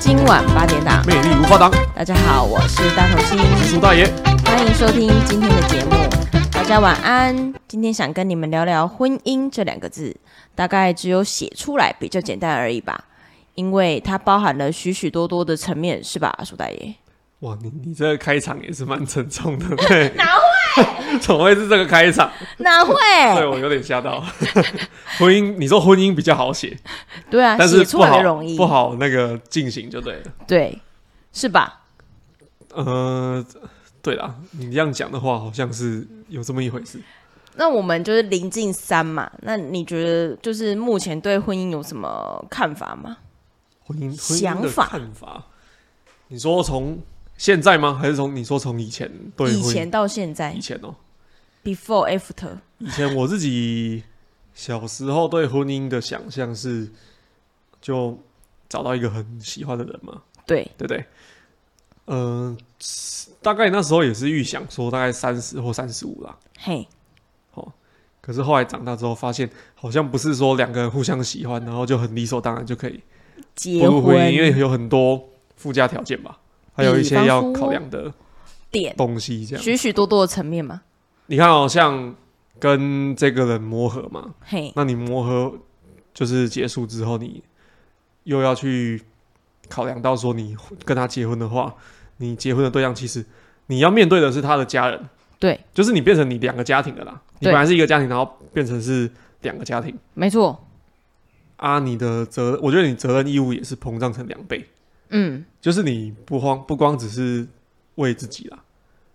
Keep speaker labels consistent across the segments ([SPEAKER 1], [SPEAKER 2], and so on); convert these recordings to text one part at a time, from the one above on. [SPEAKER 1] 今晚八点档，
[SPEAKER 2] 魅力无法挡，
[SPEAKER 1] 大家好，我是大头星，
[SPEAKER 2] 苏大爷。
[SPEAKER 1] 欢迎收听今天的节目。大家晚安。今天想跟你们聊聊婚姻这两个字，大概只有写出来比较简单而已吧，因为它包含了许许多多的层面，是吧，苏大 爷？
[SPEAKER 2] 哇，你你这个开场也是蛮沉重的， 对？哪会？怎么会是这个开场？
[SPEAKER 1] 哪会？
[SPEAKER 2] 对啊我有点吓到。 婚姻，你说婚姻比较好写，
[SPEAKER 1] 对啊，
[SPEAKER 2] 但是
[SPEAKER 1] 写出
[SPEAKER 2] 不
[SPEAKER 1] 来
[SPEAKER 2] 好
[SPEAKER 1] 的容易
[SPEAKER 2] 不，好那个进行就对了。
[SPEAKER 1] 对，是吧？
[SPEAKER 2] 呃，对啦，你这样讲的话，好像是有这么一回事。
[SPEAKER 1] 那我们就是临近三嘛，那你觉得就是目前对婚姻有什么看法吗？
[SPEAKER 2] 婚姻婚姻
[SPEAKER 1] 想
[SPEAKER 2] 的
[SPEAKER 1] 法
[SPEAKER 2] 看法，你说从现在吗？还是从你说从以前对
[SPEAKER 1] 以
[SPEAKER 2] 婚姻
[SPEAKER 1] 前到现在
[SPEAKER 2] 以前哦、
[SPEAKER 1] ，before after，
[SPEAKER 2] 以前我自己小时候对婚姻的想象是，就找到一个很喜欢的人嘛，
[SPEAKER 1] 对，
[SPEAKER 2] 对不对？嗯、大概那时候也是预想说大概三十或三十五啦。
[SPEAKER 1] 嘿，
[SPEAKER 2] 可是后来长大之后发现，好像不是说两个人互相喜欢，然后就很理所当然就可以步
[SPEAKER 1] 结
[SPEAKER 2] 入婚姻，
[SPEAKER 1] 婚
[SPEAKER 2] 因为有很多附加条件吧，还有一些要考量的
[SPEAKER 1] 点
[SPEAKER 2] 东西。这样，
[SPEAKER 1] 许许多多的层面嘛，
[SPEAKER 2] 你看、哦，像跟这个人磨合嘛，
[SPEAKER 1] 嘿，
[SPEAKER 2] 那你磨合就是结束之后，你又要去考量到说，你跟他结婚的话，你结婚的对象其实你要面对的是他的家人，
[SPEAKER 1] 对，
[SPEAKER 2] 就是你变成你两个家庭的啦。你
[SPEAKER 1] 对
[SPEAKER 2] 本来是一个家庭，然后变成是两个家庭
[SPEAKER 1] 没错，
[SPEAKER 2] 啊。你的责，我觉得你责任义务也是膨胀成两倍，
[SPEAKER 1] 嗯，
[SPEAKER 2] 就是你不慌不光只是为自己啦，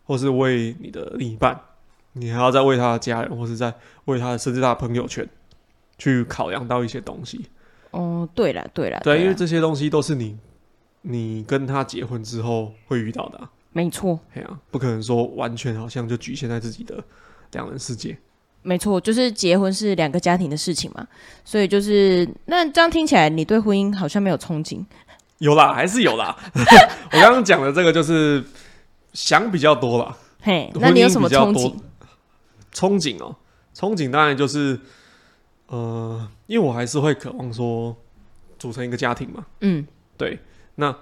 [SPEAKER 2] 或是为你的另一半，你还要再为他的家人，或是在为他的甚至他的朋友圈去考量到一些东西。
[SPEAKER 1] 哦，对了，对了，
[SPEAKER 2] 对啊，因为
[SPEAKER 1] 啦
[SPEAKER 2] 这些东西都是你你跟他结婚之后会遇到的、啊，
[SPEAKER 1] 没错，
[SPEAKER 2] 哎呀、不可能说完全好像就局限在自己的两人世界。
[SPEAKER 1] 没错，就是结婚是两个家庭的事情嘛，所以就是那这样听起来，你对婚姻好像没有憧憬，
[SPEAKER 2] 有啦，还是有啦。 我刚刚讲的这个就是想比较多啦，
[SPEAKER 1] 嘿，
[SPEAKER 2] 婚
[SPEAKER 1] 那你有
[SPEAKER 2] 姻
[SPEAKER 1] 什么
[SPEAKER 2] 比较
[SPEAKER 1] 憧
[SPEAKER 2] 多
[SPEAKER 1] 憬？
[SPEAKER 2] 憧憬哦、憧憬当然就是，呃，因为我还是会渴望说组成一个家庭嘛。
[SPEAKER 1] 嗯，
[SPEAKER 2] 对，那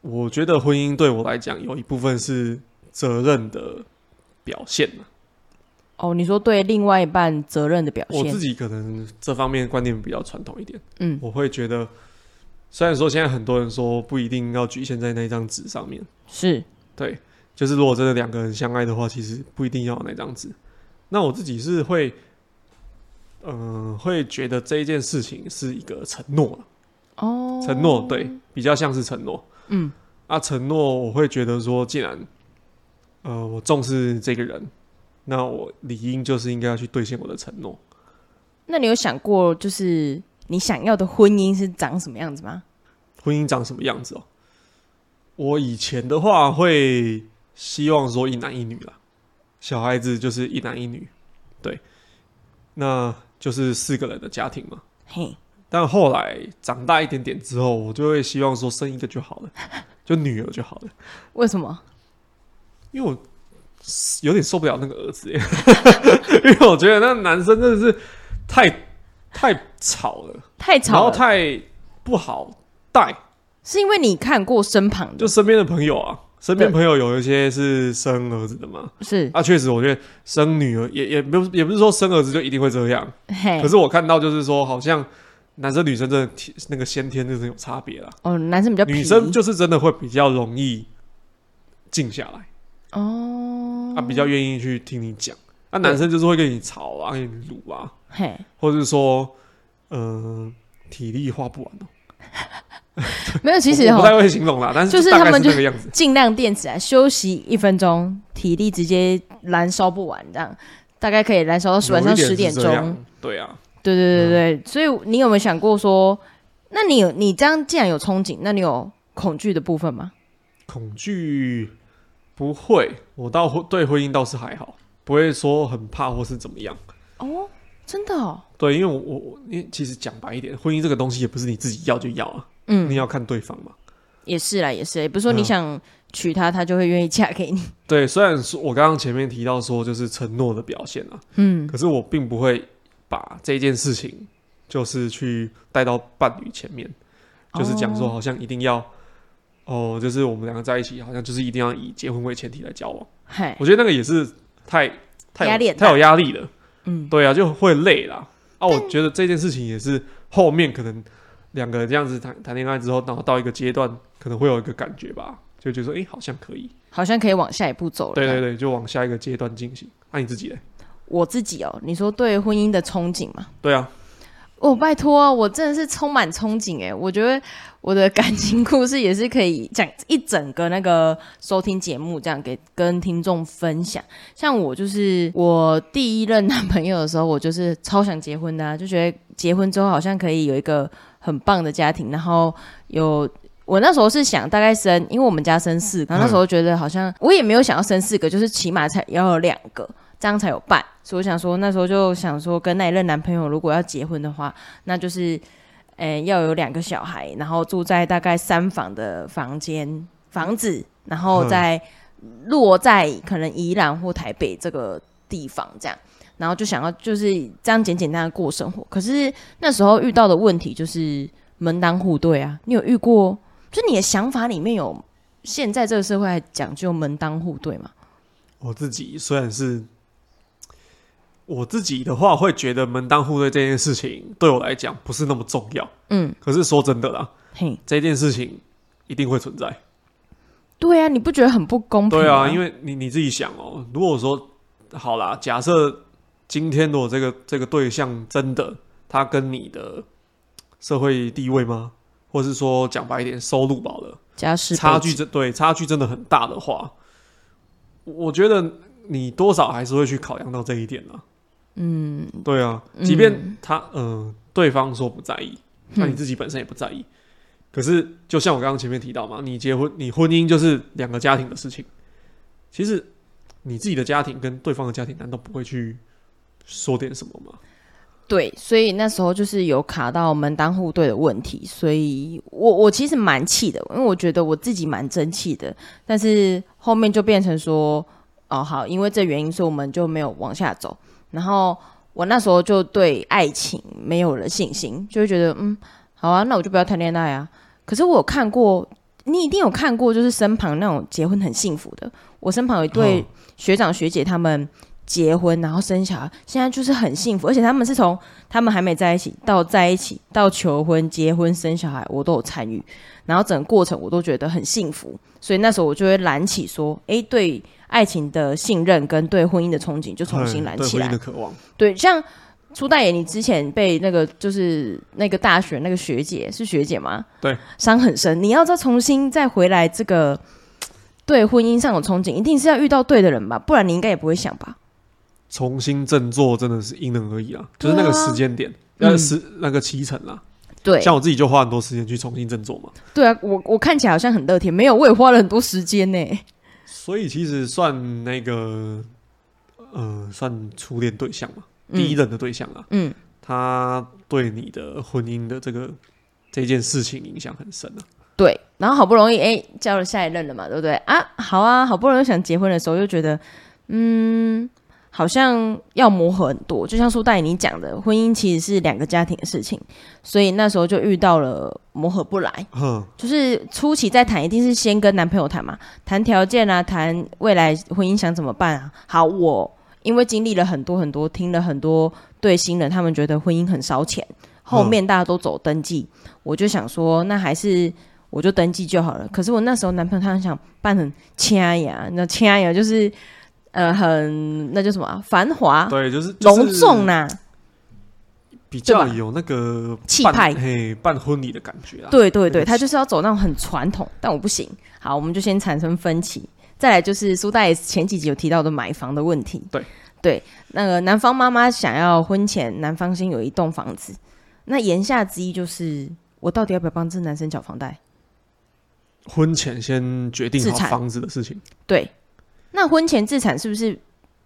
[SPEAKER 2] 我觉得婚姻对我来讲有一部分是责任的表现嘛
[SPEAKER 1] 哦，你说对另外一半责任的表
[SPEAKER 2] 我自
[SPEAKER 1] 现，
[SPEAKER 2] 己可能这方面观念比较传统一点，
[SPEAKER 1] 嗯，
[SPEAKER 2] 我会觉得，虽然说现在很多人说不一定要局限在那一张纸上面，
[SPEAKER 1] 是
[SPEAKER 2] 对，就是如果真的两个人相爱的话，其实不一定要有那张纸。那我自己是会，嗯、会觉得这一件事情是一个承诺啦，
[SPEAKER 1] 哦，
[SPEAKER 2] 承诺，对，比较像是承诺。
[SPEAKER 1] 嗯，
[SPEAKER 2] 啊，承诺我会觉得说，既然，呃，我重视这个人，那我理应就是应该要去兑现我的承诺。
[SPEAKER 1] 那你有想过就是你想要的婚姻是长什么样子吗？
[SPEAKER 2] 婚姻长什么样子哦。我以前的话会希望说一男一女啦，小孩子就是一男一女，对，那就是四个人的家庭嘛。
[SPEAKER 1] 嘿，
[SPEAKER 2] 但后来长大一点点之后，我就会希望说生一个就好了， 就女儿就好了，
[SPEAKER 1] 为什么？
[SPEAKER 2] 因为我有点受不了那个儿子耶， 因为我觉得那个男生真的是太太吵了，
[SPEAKER 1] 太
[SPEAKER 2] 然
[SPEAKER 1] 吵
[SPEAKER 2] 后
[SPEAKER 1] 了，
[SPEAKER 2] 太不好带，
[SPEAKER 1] 是因为你看过身旁的，
[SPEAKER 2] 就身边的朋友啊，身边
[SPEAKER 1] 对
[SPEAKER 2] 朋友有一些是生儿子的嘛，
[SPEAKER 1] 是
[SPEAKER 2] 啊，确实，我觉得生女儿也也不也不是说生儿子就一定会这样，
[SPEAKER 1] 嘿
[SPEAKER 2] 可，是我看到就是说，好像男生女生真的天那个先天就是有差别啦，
[SPEAKER 1] 哦，男生比较皮
[SPEAKER 2] 女生就是真的会比较容易静下来，
[SPEAKER 1] 哦，
[SPEAKER 2] 啊，比较愿意去听你讲，啊，男生就是会跟你吵啊，跟你撸啊，
[SPEAKER 1] 嘿，
[SPEAKER 2] 或者是说，嗯、体力花不完哦、
[SPEAKER 1] 没有，其实
[SPEAKER 2] 我我不
[SPEAKER 1] 哈
[SPEAKER 2] 太，会形容啦，但是
[SPEAKER 1] 就是
[SPEAKER 2] 大
[SPEAKER 1] 他
[SPEAKER 2] 概
[SPEAKER 1] 们
[SPEAKER 2] 是
[SPEAKER 1] 就
[SPEAKER 2] 这个样子，
[SPEAKER 1] 尽量垫起来休息一分钟，体力直接燃烧不完，这样大概可以燃烧到晚
[SPEAKER 2] 有
[SPEAKER 1] 上
[SPEAKER 2] 一
[SPEAKER 1] 十
[SPEAKER 2] 点是
[SPEAKER 1] 点
[SPEAKER 2] 这
[SPEAKER 1] 钟。
[SPEAKER 2] 样，对啊，
[SPEAKER 1] 对对对对，所以你有没有想过说，那你有你这样既然有憧憬，那你有恐惧的部分吗？
[SPEAKER 2] 恐惧不会，我倒会对婚姻倒是还好，不会说很怕或是怎么样。
[SPEAKER 1] 哦，真的哦，
[SPEAKER 2] 对，因为我我我，因为其实讲白一点，婚姻这个东西也不是你自己要就要啊，你
[SPEAKER 1] 嗯，
[SPEAKER 2] 要看对方嘛。
[SPEAKER 1] 也是啦，也是，也不是说你
[SPEAKER 2] 嗯
[SPEAKER 1] 想娶她，她就会愿意嫁给你。
[SPEAKER 2] 对，虽然说我刚刚前面提到说就是承诺的表现啊，
[SPEAKER 1] 嗯，
[SPEAKER 2] 可是我并不会把这件事情就是去带到伴侣前面，就是讲说
[SPEAKER 1] 哦
[SPEAKER 2] 好像一定要哦、就是我们两个在一起，好像就是一定要以结婚为前提来交往。
[SPEAKER 1] 嗨，
[SPEAKER 2] 我觉得那个也是太太有
[SPEAKER 1] 压力很大
[SPEAKER 2] 太有压力了。
[SPEAKER 1] 嗯，
[SPEAKER 2] 对啊，就会累啦。啊，我觉得这件事情也是后面可能两个人这样子谈谈恋爱之后，然后到一个阶段，可能会有一个感觉吧，就觉得说，哎、好像可以。
[SPEAKER 1] 好像可以往下一步走了。
[SPEAKER 2] 对对对，就往下一个阶段进行。那、你
[SPEAKER 1] 嗯
[SPEAKER 2] 自己嘞？
[SPEAKER 1] 我自己哦，你说对婚姻的憧憬嘛？
[SPEAKER 2] 对啊，
[SPEAKER 1] 哦，拜托，我真的是充满憧憬哎！我觉得我的感情故事也是可以讲一整个那个收听节目，这样给跟听众分享。像我就是我第一任男朋友的时候，我就是超想结婚的、啊，就觉得结婚之后好像可以有一个很棒的家庭，然后有。我那时候是想大概生，因为我们家生四个，然后那时候觉得好像我也没有想要生四个，就是起码才要有两个，这样才有伴。所以我想说，那时候就想说，跟那一任男朋友如果要结婚的话，那就是，呃，要有两个小孩，然后住在大概三房的房间房子，然后
[SPEAKER 2] 嗯
[SPEAKER 1] 再落在可能宜兰或台北这个地方这样。然后就想要就是这样简简单单地过生活，可是那时候遇到的问题就是门当户对啊。你有遇过？就你的想法里面有现在这个社会还讲究门当户对吗？
[SPEAKER 2] 我自己虽然是我自己的话，会觉得门当户对这件事情对我来讲不是那么重要。
[SPEAKER 1] 嗯，
[SPEAKER 2] 可是说真的啦，
[SPEAKER 1] 嘿，
[SPEAKER 2] 这件事情一定会存在。
[SPEAKER 1] 对啊，你不觉得很不公平吗？
[SPEAKER 2] 对啊，因
[SPEAKER 1] 为
[SPEAKER 2] 为你你自己想哦，如果说好啦，假设今天如果这个这个对象真的他跟你的社会地位吗，或是说讲白一点收入保了，
[SPEAKER 1] 家世背景
[SPEAKER 2] 差距真对差距真的很大的话，我觉得你多少还是会去考量到这一点啊。嗯，对啊，即便他嗯、呃对方说不在意，
[SPEAKER 1] 嗯
[SPEAKER 2] 那你自己本身也不在意。可是，就像我刚刚前面提到嘛，你结婚，你婚姻就是两个家庭的事情。其实，你自己的家庭跟对方的家庭，难道不会去说点什么吗？
[SPEAKER 1] 对，所以那时候就是有卡到门当户对的问题，所以我我其实蛮气的，因为我觉得我自己蛮争气的，但是后面就变成说，哦好，因为这原因，所以我们就没有往下走。然后我那时候就对爱情没有了信心，就会觉得嗯，好啊，那我就不要谈恋爱啊。可是我有看过，你一定有看过，就是身旁那种结婚很幸福的，我身旁有一对
[SPEAKER 2] 嗯
[SPEAKER 1] 学长学姐他们。结婚，然后生小孩，现在就是很幸福，而且他们是从他们还没在一起到在一起到求婚、结婚、生小孩，我都有参与，然后整个过程我都觉得很幸福，所以那时候我就会燃起说，诶，对爱情的信任跟对婚姻的憧憬就重新
[SPEAKER 2] 嗯
[SPEAKER 1] 燃
[SPEAKER 2] 对
[SPEAKER 1] 起
[SPEAKER 2] 婚
[SPEAKER 1] 来
[SPEAKER 2] 姻的。渴望。
[SPEAKER 1] 对，像初代演，你之前被那个就是那个大学那个学姐是学姐吗？
[SPEAKER 2] 对，
[SPEAKER 1] 伤很深。你要再重新再回来这个对婚姻上有憧憬，一定是要遇到对的人吧，不然你应该也不会想吧？
[SPEAKER 2] 重新振作真的是因人而异啊，就是那个
[SPEAKER 1] 对啊
[SPEAKER 2] 时间点，
[SPEAKER 1] 嗯
[SPEAKER 2] 呃，时那个期程啦。
[SPEAKER 1] 对，
[SPEAKER 2] 像我自己就花很多时间去重新振作嘛，
[SPEAKER 1] 对啊，我我看起来好像很乐天，没有，我也花了很多时间呢。
[SPEAKER 2] 所以其实算那个，呃，算初恋对象嘛，第一任的对象啊，
[SPEAKER 1] 嗯，
[SPEAKER 2] 他对你的婚姻的这个这件事情影响很深啊。
[SPEAKER 1] 对，然后好不容易哎、交了下一任了嘛，对不对啊？好啊，好不容易想结婚的时候，就觉得嗯，好像要磨合很多。就像苏大爷你讲的，婚姻其实是两个家庭的事情，所以那时候就遇到了磨合不来。
[SPEAKER 2] 哼，
[SPEAKER 1] 就是初期在谈，一定是先跟男朋友谈嘛，谈条件啊，谈未来婚姻想怎么办啊。好，我因为经历了很多很多，听了很多对新人，他们觉得婚姻很烧钱，后面大家都走登记，
[SPEAKER 2] 嗯
[SPEAKER 1] 我就想说，那还是我就登记就好了。可是我那时候男朋友他很想办很掐牙，那掐牙就是呃很那叫什么啊、繁华、
[SPEAKER 2] 对，就是
[SPEAKER 1] 隆重啊
[SPEAKER 2] 呢，
[SPEAKER 1] 呐、
[SPEAKER 2] 比较
[SPEAKER 1] 对吧
[SPEAKER 2] 有那个办
[SPEAKER 1] 气派
[SPEAKER 2] 嘿，办婚礼的感觉啊。
[SPEAKER 1] 对对
[SPEAKER 2] 那
[SPEAKER 1] 对，
[SPEAKER 2] 个
[SPEAKER 1] 他就是要走那种很传统，但我不行。好，我们就先产生分歧。再来就是苏大爷前几集有提到的买房的问题。
[SPEAKER 2] 对
[SPEAKER 1] 对，那个男方妈妈想要婚前男方先有一栋房子，那言下之意就是，我到底要不要帮这男生缴房贷？
[SPEAKER 2] 婚前先决定
[SPEAKER 1] 自
[SPEAKER 2] 好
[SPEAKER 1] 产
[SPEAKER 2] 房子的事情，
[SPEAKER 1] 对，那婚前自产是不是？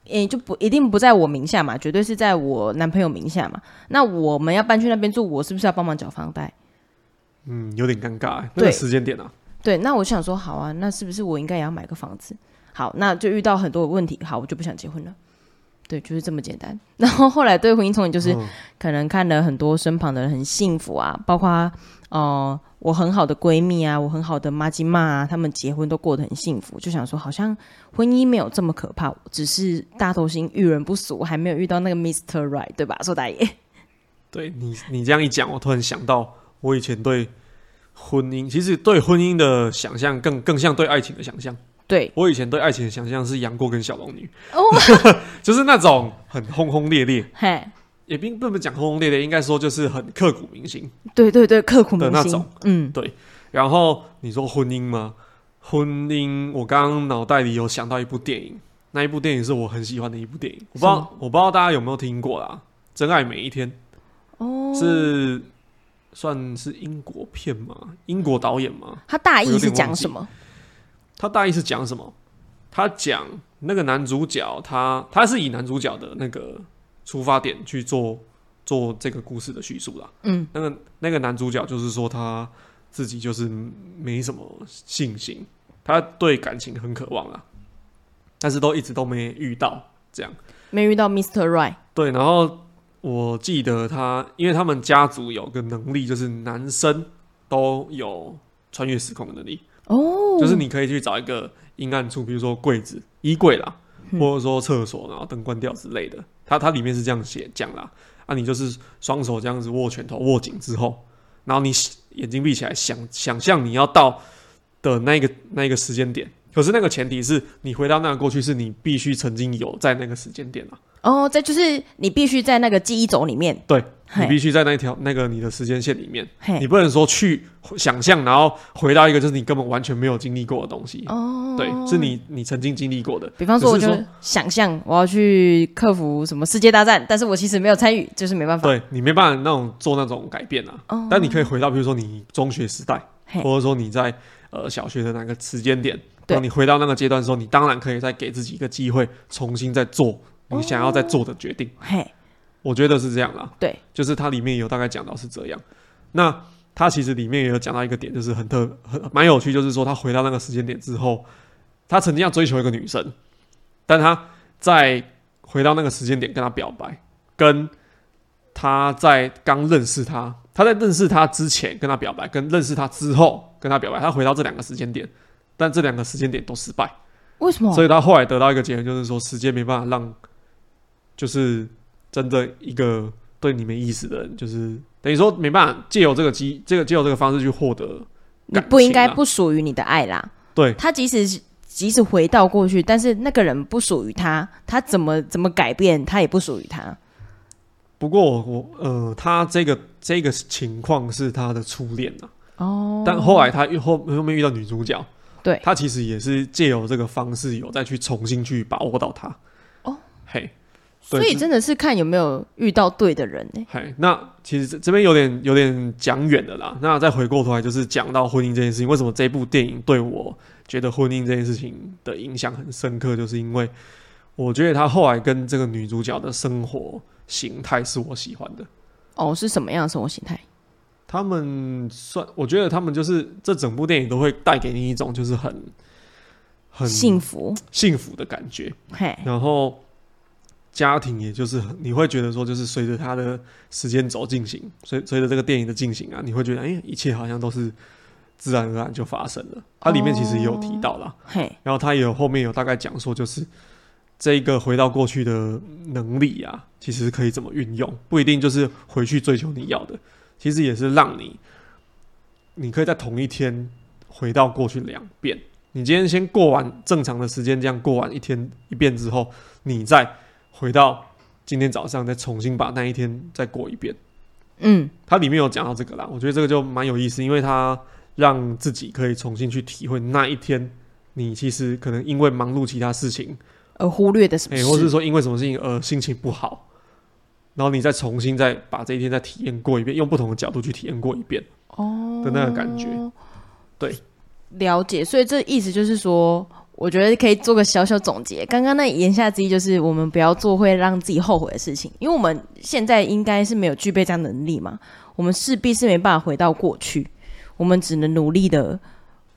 [SPEAKER 1] 也就不一定不在我名下嘛，绝对是在我男朋友名下嘛。那我们要搬去那边住，我是不是要帮忙缴房贷？
[SPEAKER 2] 嗯，有点尴尬、欸，那个
[SPEAKER 1] 对
[SPEAKER 2] 时间点啊，
[SPEAKER 1] 对，那我想说，好啊，那是不是我应该也要买个房子？好，那就遇到很多的问题，好，我就不想结婚了。对，就是这么简单。 然后后来对婚姻憧憬就是
[SPEAKER 2] 嗯
[SPEAKER 1] 可能看了很多身旁的人很幸福啊，包括呃我很好的闺蜜啊，我很好的妈吉妈啊，她们结婚都过得很幸福，就想说好像婚姻没有这么可怕，只是大头星遇人不淑，还没有遇到那个 Mr. Right 对吧？说大爷，
[SPEAKER 2] 对你，你这样一讲，我突然想到，我以前对婚姻，其实对婚姻的想象更更像对爱情的想象。
[SPEAKER 1] 对
[SPEAKER 2] 我以前对爱情的想象是杨过跟小龙女，
[SPEAKER 1] 哦，
[SPEAKER 2] 就是那种很轰轰烈烈，
[SPEAKER 1] 嘿，
[SPEAKER 2] 也并不能讲轰轰烈烈，应该说就是很刻骨铭心。
[SPEAKER 1] 对对对，刻骨
[SPEAKER 2] 的
[SPEAKER 1] 铭
[SPEAKER 2] 那
[SPEAKER 1] 心
[SPEAKER 2] 种，
[SPEAKER 1] 嗯，
[SPEAKER 2] 然后你说婚姻吗？婚姻，我刚刚脑袋里有想到一部电影，那一部电影是我很喜欢的一部电影，我不知
[SPEAKER 1] 什
[SPEAKER 2] 道我不知道大家有没有听过啦，《真爱每一天》
[SPEAKER 1] 哦，
[SPEAKER 2] 是算是英国片吗？英国导演吗？
[SPEAKER 1] 他大
[SPEAKER 2] 我
[SPEAKER 1] 意
[SPEAKER 2] 有
[SPEAKER 1] 是
[SPEAKER 2] 点
[SPEAKER 1] 讲
[SPEAKER 2] 忘记
[SPEAKER 1] 什么？
[SPEAKER 2] 他大意是讲什么？他讲那个男主角他，他是以男主角的那个出发点去做做这个故事的叙述啦。
[SPEAKER 1] 嗯，
[SPEAKER 2] 那个那个男主角就是说他自己就是没什么信心，他对感情很渴望啦，但是都一直都没遇到这样。
[SPEAKER 1] 没遇到 Mr. Right，
[SPEAKER 2] 对，然后我记得他，因为他们家族有个能力，就是男生都有穿越时空的能力。
[SPEAKER 1] 哦，
[SPEAKER 2] 就是你可以去找一个阴暗处，比如说柜子、衣柜啦，
[SPEAKER 1] 嗯
[SPEAKER 2] 或者说厕所，然后灯关掉之类的。它它里面是这样写讲啦，啊，你就是双手这样子握拳头握紧之后，然后你眼睛闭起来，想想象你要到的那个那个时间点。可是那个前提是你回到那个过去，是你必须曾经有在那个时间点啊，
[SPEAKER 1] 哦，这就是你必须在那个记忆轴里面，
[SPEAKER 2] 对你必
[SPEAKER 1] 嘿，
[SPEAKER 2] 须在那条那个你的时间线里面，你
[SPEAKER 1] 嘿，
[SPEAKER 2] 不能说去想象，然后回到一个就是你根本完全没有经历过的东西。
[SPEAKER 1] 哦，
[SPEAKER 2] 对，是你你曾经经历过的，
[SPEAKER 1] 比方说，我
[SPEAKER 2] 只
[SPEAKER 1] 就是
[SPEAKER 2] 说
[SPEAKER 1] 想象我要去克服什么世界大战，但是我其实没有参与，就是没办法。
[SPEAKER 2] 对你没办法那种做那种改变啊，
[SPEAKER 1] 哦，
[SPEAKER 2] 但你可以回到比如说你中学时代，
[SPEAKER 1] 嘿，
[SPEAKER 2] 或者说你在呃小学的哪个时间点，
[SPEAKER 1] 对
[SPEAKER 2] 当你回到那个阶段的时候，你当然可以再给自己一个机会，重新再做你想要再做的决定。
[SPEAKER 1] 嘿，
[SPEAKER 2] 我觉得是这样啦，
[SPEAKER 1] 对，
[SPEAKER 2] 就是它里面有大概讲到是这样。那它其实里面也有讲到一个点，就是很特很蛮有趣，就是说他回到那个时间点之后，他曾经要追求一个女生，但他在回到那个时间点跟她表白，跟他在刚认识她，他在认识她之前跟她表白，跟认识她之后跟她表白，他回到这两个时间点，但这两个时间点都失败。
[SPEAKER 1] 为什么？
[SPEAKER 2] 所以他后来得到一个结论，就是说时间没办法让，就是真正一个对你没意思的人，就是等于说没办法借由这个机，这个借由这个方式去获得
[SPEAKER 1] 你
[SPEAKER 2] 感情啊
[SPEAKER 1] 不应该不属于你的爱啦。
[SPEAKER 2] 对
[SPEAKER 1] 他即使是即使回到过去，但是那个人不属于他，他怎么怎么改变，他也不属于他。
[SPEAKER 2] 不过我我呃，他这个这个情况是他的初恋啊，
[SPEAKER 1] 哦，
[SPEAKER 2] 但后来他遇后后面遇到女主角，
[SPEAKER 1] 对
[SPEAKER 2] 他其实也是借由这个方式有再去重新去把握到他。
[SPEAKER 1] 哦，
[SPEAKER 2] 嘿，对
[SPEAKER 1] 所以
[SPEAKER 2] 这
[SPEAKER 1] 真的是看有没有遇到对的人欸呢、
[SPEAKER 2] 嗨，那其实这这边有点有点讲远了啦。那再回过头来，就是讲到婚姻这件事情，为什么这部电影对我觉得婚姻这件事情的影响很深刻，就是因为我觉得他后来跟这个女主角的生活形态是我喜欢的。
[SPEAKER 1] 哦，是什么样的生活形态？
[SPEAKER 2] 他们算，我觉得他们就是这整部电影都会带给你一种就是很很
[SPEAKER 1] 幸福，
[SPEAKER 2] 幸福的感觉。
[SPEAKER 1] 嘿，
[SPEAKER 2] 然后家庭也就是很你会觉得说，就是随着它的时间轴进行，随随着这个电影的进行啊，你会觉得哎、一切好像都是自然而然就发生了。它里面其实也有提到啦，
[SPEAKER 1] 嘿，
[SPEAKER 2] 然后它也有后面有大概讲说，就是这个回到过去的能力啊，其实可以怎么运用，不一定就是回去追求你要的，其实也是让你，你可以在同一天回到过去两遍。你今天先过完正常的时间，这样过完一天一遍之后，你再回到今天早上，再重新把那一天再过一遍。
[SPEAKER 1] 嗯，
[SPEAKER 2] 它里面有讲到这个啦，我觉得这个就蛮有意思，因为它让自己可以重新去体会那一天，你其实可能因为忙碌其他事情，
[SPEAKER 1] 而呃忽略的什么
[SPEAKER 2] 哎、
[SPEAKER 1] 事？
[SPEAKER 2] 或是说因为什么事情而心情不好，然后你再重新再把这一天再体验过一遍，用不同的角度去体验过一遍。
[SPEAKER 1] 哦
[SPEAKER 2] 的那个感觉对，
[SPEAKER 1] 了解。所以这意思就是说，我觉得可以做个小小总结。刚刚那言下之意就是，我们不要做会让自己后悔的事情，因为我们现在应该是没有具备这样能力嘛，我们势必是没办法回到过去，我们只能努力的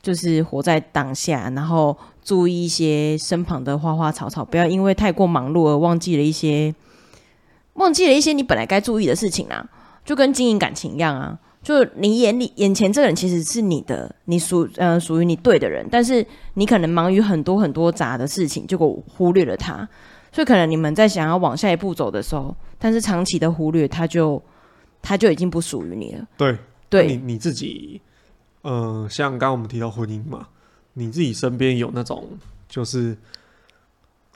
[SPEAKER 1] 就是活在当下，然后注意一些身旁的花花草草，不要因为太过忙碌而忘记了一些忘记了一些你本来该注意的事情啦。就跟经营感情一样啊，就你眼里眼前这个人其实是你的，你属呃属于你对的人，但是你可能忙于很多很多杂的事情，结果忽略了他，所以可能你们在想要往下一步走的时候，但是长期的忽略，他就他就已经不属于你了。
[SPEAKER 2] 对，
[SPEAKER 1] 对，
[SPEAKER 2] 你你自己，嗯，像刚刚我们提到婚姻嘛，你自己身边有那种就是，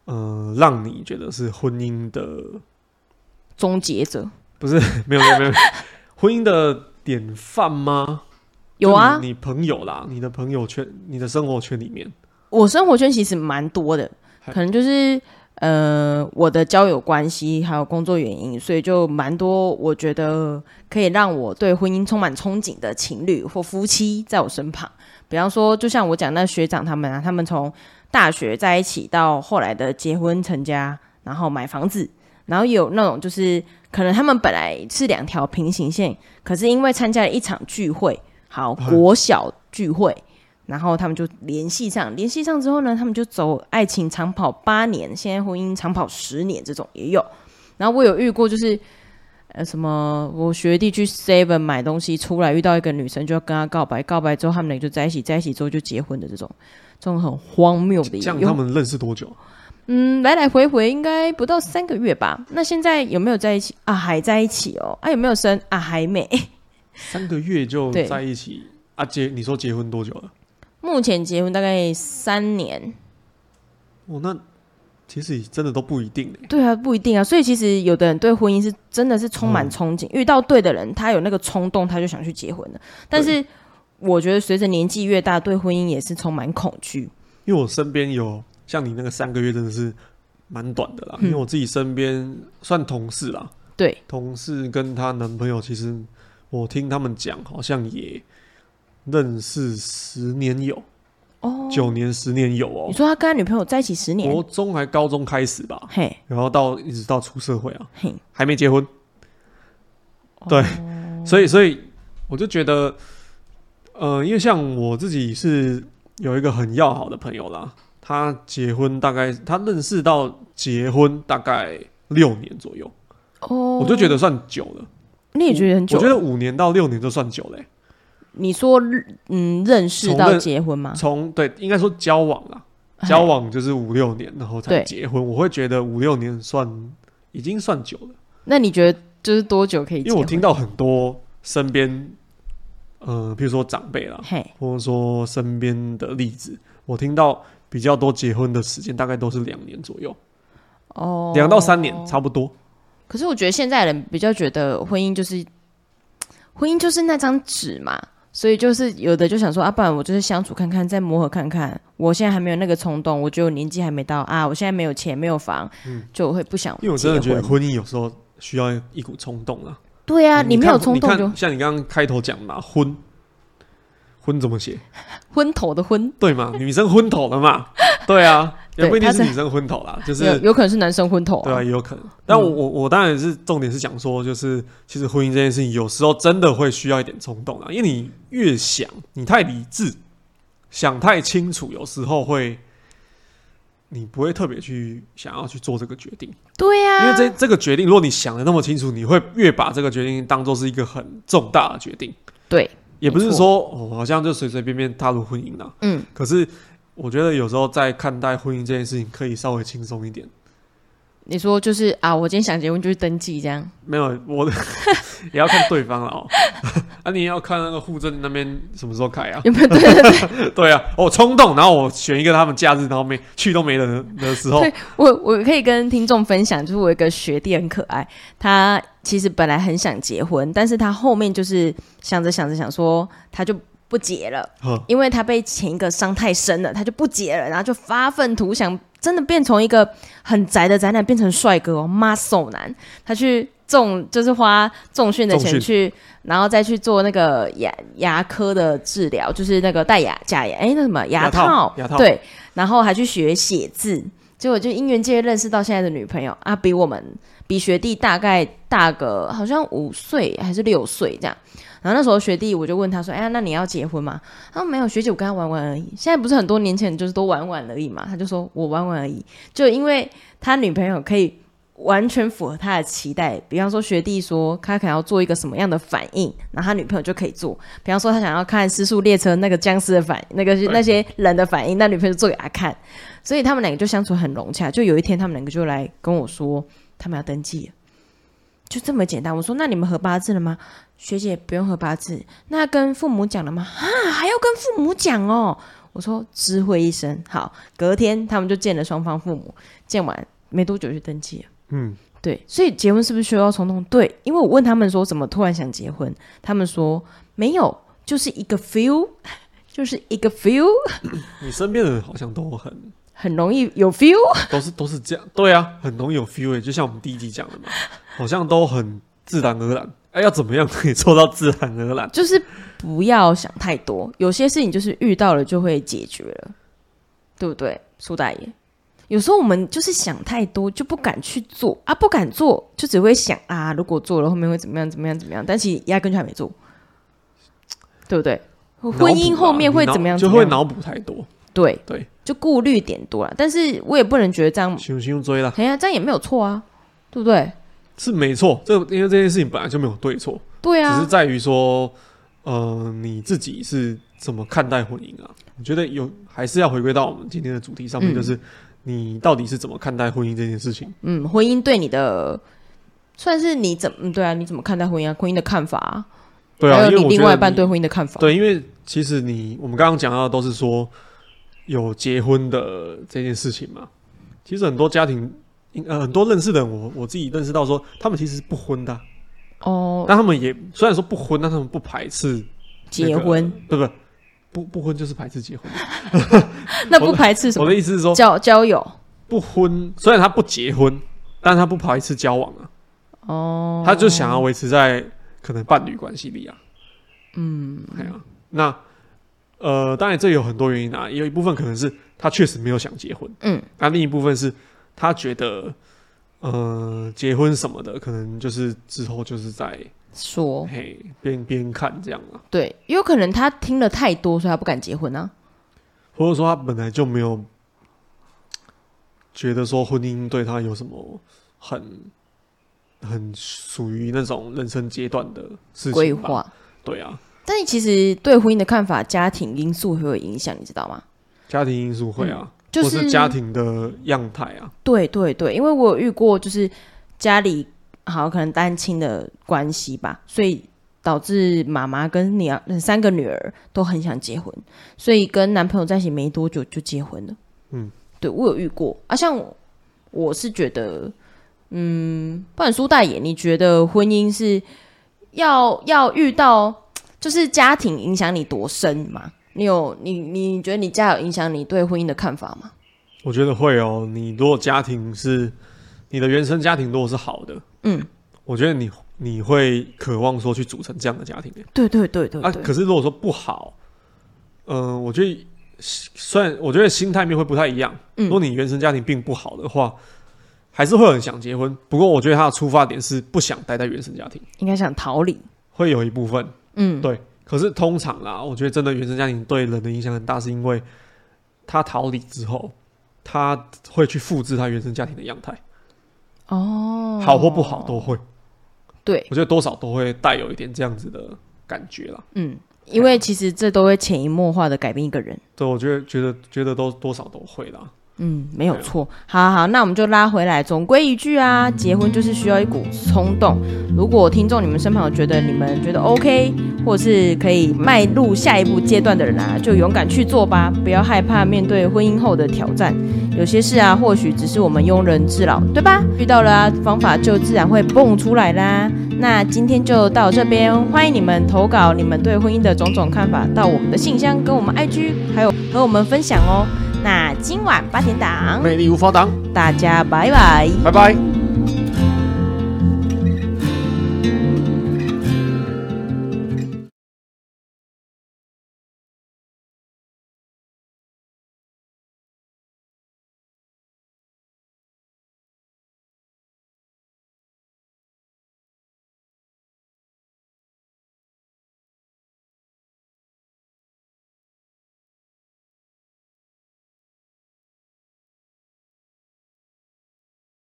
[SPEAKER 2] 呃，让你觉得是婚姻的，
[SPEAKER 1] 终结者
[SPEAKER 2] 没有没有没有， 婚姻的典范吗？
[SPEAKER 1] 有啊
[SPEAKER 2] 就，你，你朋友啦，你的朋友圈，你的生活圈里面，
[SPEAKER 1] 我生活圈其实蛮多的，
[SPEAKER 2] 嗨
[SPEAKER 1] 可能就是呃我的交友关系还有工作原因，所以就蛮多我觉得可以让我对婚姻充满憧憬的情侣或夫妻在我身旁。比方说，就像我讲那学长他们啊，他们从大学在一起到后来的结婚成家，然后买房子，然后也有那种就是可能他们本来是两条平行线，可是因为参加了一场聚会，好
[SPEAKER 2] 嗯
[SPEAKER 1] 国小聚会，然后他们就联系上，联系上之后呢，他们就走爱情长跑八年，现在婚姻长跑十年这种也有。然后我有遇过，就是呃什么，我学弟去 Seven 买东西出来，遇到一个女生就要跟他告白，告白之后他们俩就在一起，在一起之后就结婚的这种，这种很荒谬的也
[SPEAKER 2] 这样
[SPEAKER 1] 有
[SPEAKER 2] 他们认识多久？
[SPEAKER 1] 嗯，来来回回应该不到三个月吧。那现在有没有在一起啊？还在一起哦。啊，有没有生啊？还没。
[SPEAKER 2] 三个月就
[SPEAKER 1] 对
[SPEAKER 2] 在一起啊？结你说结婚多久了？
[SPEAKER 1] 目前结婚大概三年。
[SPEAKER 2] 哦，那其实真的都不一定、欸、
[SPEAKER 1] 对啊，不一定啊。所以其实有的人对婚姻是真的是充
[SPEAKER 2] 嗯
[SPEAKER 1] 满憧憬，遇到对的人，他有那个冲动，他就想去结婚了。但是我觉得随着年纪越大，对婚姻也是充满恐惧。
[SPEAKER 2] 因为我身边有像你那个三个月真的是蛮短的啦，因为我自己身边算同事啦，
[SPEAKER 1] 对，
[SPEAKER 2] 同事跟她男朋友，其实我听他们讲，好像也认识十年有，
[SPEAKER 1] 哦，
[SPEAKER 2] 九年、十年有
[SPEAKER 1] 你
[SPEAKER 2] 哦，
[SPEAKER 1] 说他跟他女朋友在一起十年，
[SPEAKER 2] 国中还高中开始吧，
[SPEAKER 1] 嘿
[SPEAKER 2] 然后到一直到出社会啊，
[SPEAKER 1] 嘿，哦
[SPEAKER 2] 还没结婚，对，所以所以我就觉得，呃，因为像我自己是有一个很要好的朋友啦，他结婚大概他认识到结婚大概六年左右，
[SPEAKER 1] 哦，
[SPEAKER 2] 我就觉得算久了，
[SPEAKER 1] 你也觉得很久
[SPEAKER 2] 我觉得五年到六年就算久欸嘞、
[SPEAKER 1] 你说嗯，认识
[SPEAKER 2] 从
[SPEAKER 1] 到
[SPEAKER 2] 认
[SPEAKER 1] 结婚吗？
[SPEAKER 2] 从对应该说交往啦，交往就是五六年，然后才
[SPEAKER 1] 哎对
[SPEAKER 2] 结婚，我会觉得五六年算已经算久了。
[SPEAKER 1] 那你觉得就是多久可以结
[SPEAKER 2] 因为
[SPEAKER 1] 婚？
[SPEAKER 2] 我听到很多身边，呃，譬如说长辈啦，
[SPEAKER 1] 嘿，
[SPEAKER 2] 或者说身边的例子，我听到比较多结婚的时间大概都是两年左右，
[SPEAKER 1] 哦，
[SPEAKER 2] 两、到三年差不多。
[SPEAKER 1] 可是我觉得现在人比较觉得婚姻就是婚姻就是那张纸嘛，所以就是有的就想说啊，不然我就是相处看看，再磨合看看。我现在还没有那个冲动，我觉得我年纪还没到啊，我现在没有钱没有房，
[SPEAKER 2] 嗯
[SPEAKER 1] 就我会不想结婚。
[SPEAKER 2] 因为我真的觉得婚姻有时候需要一股冲动啦。
[SPEAKER 1] 对啊，
[SPEAKER 2] 你
[SPEAKER 1] 没有
[SPEAKER 2] 看
[SPEAKER 1] 冲
[SPEAKER 2] 你
[SPEAKER 1] 动
[SPEAKER 2] 看
[SPEAKER 1] 就
[SPEAKER 2] 像你刚刚开头讲嘛，婚，婚怎么写？
[SPEAKER 1] 昏头的昏，
[SPEAKER 2] 对嘛，女生昏头了嘛？对啊，也
[SPEAKER 1] 对
[SPEAKER 2] 不一定
[SPEAKER 1] 她
[SPEAKER 2] 是
[SPEAKER 1] 是
[SPEAKER 2] 女生昏头啦，就
[SPEAKER 1] 有
[SPEAKER 2] 是
[SPEAKER 1] 有可能是男生昏头、
[SPEAKER 2] 对啊，，也有可能。但我
[SPEAKER 1] 嗯
[SPEAKER 2] 我我当然是重点是想说，就是其实婚姻这件事情，有时候真的会需要一点冲动啊，因为你越想，你太理智，想太清楚，有时候会你不会特别去想要去做这个决定，
[SPEAKER 1] 对啊，
[SPEAKER 2] 因为这这个决定，如果你想的那么清楚，你会越把这个决定当做是一个很重大的决定。
[SPEAKER 1] 对，
[SPEAKER 2] 也不是
[SPEAKER 1] 没错
[SPEAKER 2] 说哦，好像就随随便便踏入婚姻了、
[SPEAKER 1] 嗯，
[SPEAKER 2] 可是我觉得有时候在看待婚姻这件事情，可以稍微轻松一点。
[SPEAKER 1] 你说就是啊，我今天想结婚就去登记这样，
[SPEAKER 2] 没有，我 的也要看对方了哦。啊，你也要看那个户政那边什么时候开啊？
[SPEAKER 1] 有没有？ 对对对，
[SPEAKER 2] 对啊，我、冲动，然后我选一个他们假日，然后没去都没人的时候
[SPEAKER 1] 对，我我可以跟听众分享，就是我有一个学弟很可爱，他其实本来很想结婚，但是他后面就是想着想着想说他就不结了，
[SPEAKER 2] 呵
[SPEAKER 1] 因为他被前一个伤太深了，他就不结了，然后就发愤图强，真的变从一个很宅的宅男变成帅哥哦，muscle 男，他去。重就是花重训的
[SPEAKER 2] 重
[SPEAKER 1] 钱
[SPEAKER 2] 训
[SPEAKER 1] 去，然后再去做那个牙牙科的治疗，就是那个戴牙假牙，哎，那什么
[SPEAKER 2] 牙
[SPEAKER 1] 牙
[SPEAKER 2] 套
[SPEAKER 1] 套，
[SPEAKER 2] 牙套
[SPEAKER 1] 对，然后还去学写字，结果就因缘界认识到现在的女朋友啊，比我们比学弟大概大个好像五岁还是六岁这样。然后那时候学弟我就问他说：“哎呀，那你要结婚吗？”他说：“没有，学姐，我跟他玩玩而已。现在不是很多年前就是都玩玩而已嘛。”他就说：“我玩玩而已。”就因为他女朋友可以完全符合他的期待，比方说学弟说他可能要做一个什么样的反应，然后他女朋友就可以做。比方说他想要看《失速列车》那个僵尸的反那个那些人的反应，那女朋友就做给他看。所以他们两个就相处很融洽。就有一天，他们两个就来跟我说，他们要登记了，就这么简单。我说：“那你们合八字了吗？”学姐不用合八字，那跟父母讲了吗？啊，还要跟父母讲哦。我说知会一声，好。隔天他们就见了双方父母，见完没多久就登记了。
[SPEAKER 2] 嗯，
[SPEAKER 1] 对，所以结婚是不是需要冲动？对，因为我问他们说怎么突然想结婚，他们说没有，就是一个 feel，就是 一个 feel，
[SPEAKER 2] 你身边的人好像都很
[SPEAKER 1] 很容易有 feel。
[SPEAKER 2] 都是都是这样，对啊，很容易有 feel，、欸、就像我们第一集讲的嘛，好像都很自然而然。哎、要怎么样可以做到自然而然？
[SPEAKER 1] 就是不要想太多，有些事情就是遇到了就会解决了，对不对，苏大爷？有时候我们就是想太多，就不敢去做啊，不敢做就只会想啊，如果做了后面会怎么样，怎么样，怎么样，但其实压根就还没做，对不对？ 婚姻后面会怎么样？
[SPEAKER 2] 就会
[SPEAKER 1] 怎么样
[SPEAKER 2] 啊脑补太多，
[SPEAKER 1] 对
[SPEAKER 2] 对，
[SPEAKER 1] 就顾虑点多了，但是我也不能觉得这样，
[SPEAKER 2] 熊熊追啦，
[SPEAKER 1] 哎呀，这样也没有错啊，对不对？
[SPEAKER 2] 是没错。这因为这件事情本来就没有对错，
[SPEAKER 1] 对
[SPEAKER 2] 只是
[SPEAKER 1] 啊，
[SPEAKER 2] 在于说，呃，你自己是怎么看待婚姻啊？我觉得有还是要回归到我们今天的主题上面，
[SPEAKER 1] 嗯
[SPEAKER 2] 就是你到底是怎么看待婚姻这件事情？
[SPEAKER 1] 嗯，婚姻对你的算是你怎么、嗯对啊？你怎么看待婚姻啊？婚姻的看法、啊，
[SPEAKER 2] 对
[SPEAKER 1] 还
[SPEAKER 2] 啊，
[SPEAKER 1] 有
[SPEAKER 2] 因为
[SPEAKER 1] 你
[SPEAKER 2] 我
[SPEAKER 1] 另
[SPEAKER 2] 觉
[SPEAKER 1] 外
[SPEAKER 2] 得
[SPEAKER 1] 一半
[SPEAKER 2] 你
[SPEAKER 1] 对婚姻的看法。
[SPEAKER 2] 对，因为其实你我们刚刚讲到的都是说有结婚的这件事情嘛，其实很多家庭。应呃，很多认识的人，我我自己认识到说，他们其实是不婚的啊、
[SPEAKER 1] 哦，
[SPEAKER 2] 但他们也虽然说不婚，但他们不排斥
[SPEAKER 1] 结婚
[SPEAKER 2] 那个，不不不婚就是排斥结婚。
[SPEAKER 1] 那不排斥什
[SPEAKER 2] 我
[SPEAKER 1] 么
[SPEAKER 2] 的意思是说，
[SPEAKER 1] 交交友
[SPEAKER 2] 不婚虽然他不结婚，但他不排斥交往啊，
[SPEAKER 1] 哦，
[SPEAKER 2] 他就想要维持在可能伴侣关系里啊。
[SPEAKER 1] 嗯
[SPEAKER 2] 哎呀、那呃，当然这有很多原因啊，有一部分可能是他确实没有想结婚，
[SPEAKER 1] 嗯，
[SPEAKER 2] 那、另一部分是他觉得。呃，结婚什么的，可能就是之后就是在
[SPEAKER 1] 说
[SPEAKER 2] 嘿边边看这样啊，
[SPEAKER 1] 对，也有可能他听了太多，所以他不敢结婚啊。
[SPEAKER 2] 或者说他本来就没有觉得说婚姻对他有什么很很属于那种人生阶段的事情吧
[SPEAKER 1] 规，划，
[SPEAKER 2] 对啊，
[SPEAKER 1] 但其实对婚姻的看法，家庭因素会有影响，你知道吗？
[SPEAKER 2] 家庭因素会啊，
[SPEAKER 1] 就
[SPEAKER 2] 或是家庭的样态啊，
[SPEAKER 1] 对对对，因为我有遇过，就是家里好可能单亲的关系吧，所以导致妈妈跟你啊三个女儿都很想结婚，所以跟男朋友在一起没多久就结婚了。
[SPEAKER 2] 嗯，
[SPEAKER 1] 对我有遇过啊，像我我是觉得，嗯，不然苏大爷，你觉得婚姻是要要遇到就是家庭影响你多深吗？你有你你觉得你家有影响你对婚姻的看法吗？
[SPEAKER 2] 我觉得会哦。你如果家庭是你的原生家庭，如果是好的，
[SPEAKER 1] 嗯，
[SPEAKER 2] 我觉得你你会渴望说去组成这样的家庭欸、
[SPEAKER 1] 对对对对
[SPEAKER 2] 啊，
[SPEAKER 1] 嗯对，
[SPEAKER 2] 可是如果说不好，嗯、我觉得虽然我觉得心态面会不太一样。
[SPEAKER 1] 嗯
[SPEAKER 2] 如果你原生家庭并不好的话，还是会有人想结婚。不过我觉得他的出发点是不想待在原生家庭，
[SPEAKER 1] 应该想逃离。
[SPEAKER 2] 会有一部分
[SPEAKER 1] 嗯，
[SPEAKER 2] 对。可是通常啦，我觉得真的原生家庭对人的影响很大，是因为他逃离之后，他会去复制他原生家庭的样态，
[SPEAKER 1] 哦，
[SPEAKER 2] 好或不好都会。
[SPEAKER 1] 对，
[SPEAKER 2] 我觉得多少都会带有一点这样子的感觉啦。
[SPEAKER 1] 嗯，因为其实这都会潜移默化的改变一个人。
[SPEAKER 2] 对，我觉得觉得觉得都多少都会啦。
[SPEAKER 1] 嗯，没有错。好好好，那我们就拉回来。总归一句啊，结婚就是需要一股冲动。如果听众你们身旁有觉得你们觉得 OK，或是可以迈入下一步阶段的人啊，就勇敢去做吧，不要害怕面对婚姻后的挑战。有些事啊，或许只是我们庸人自扰，对吧？遇到了啊，方法就自然会蹦出来啦。那今天就到这边，哦欢迎你们投稿你们对婚姻的种种看法到我们的信箱，跟我们 IG，还有和我们分享哦。那今晚八点档，
[SPEAKER 2] 魅力无法挡，
[SPEAKER 1] 大家拜拜。
[SPEAKER 2] 拜拜。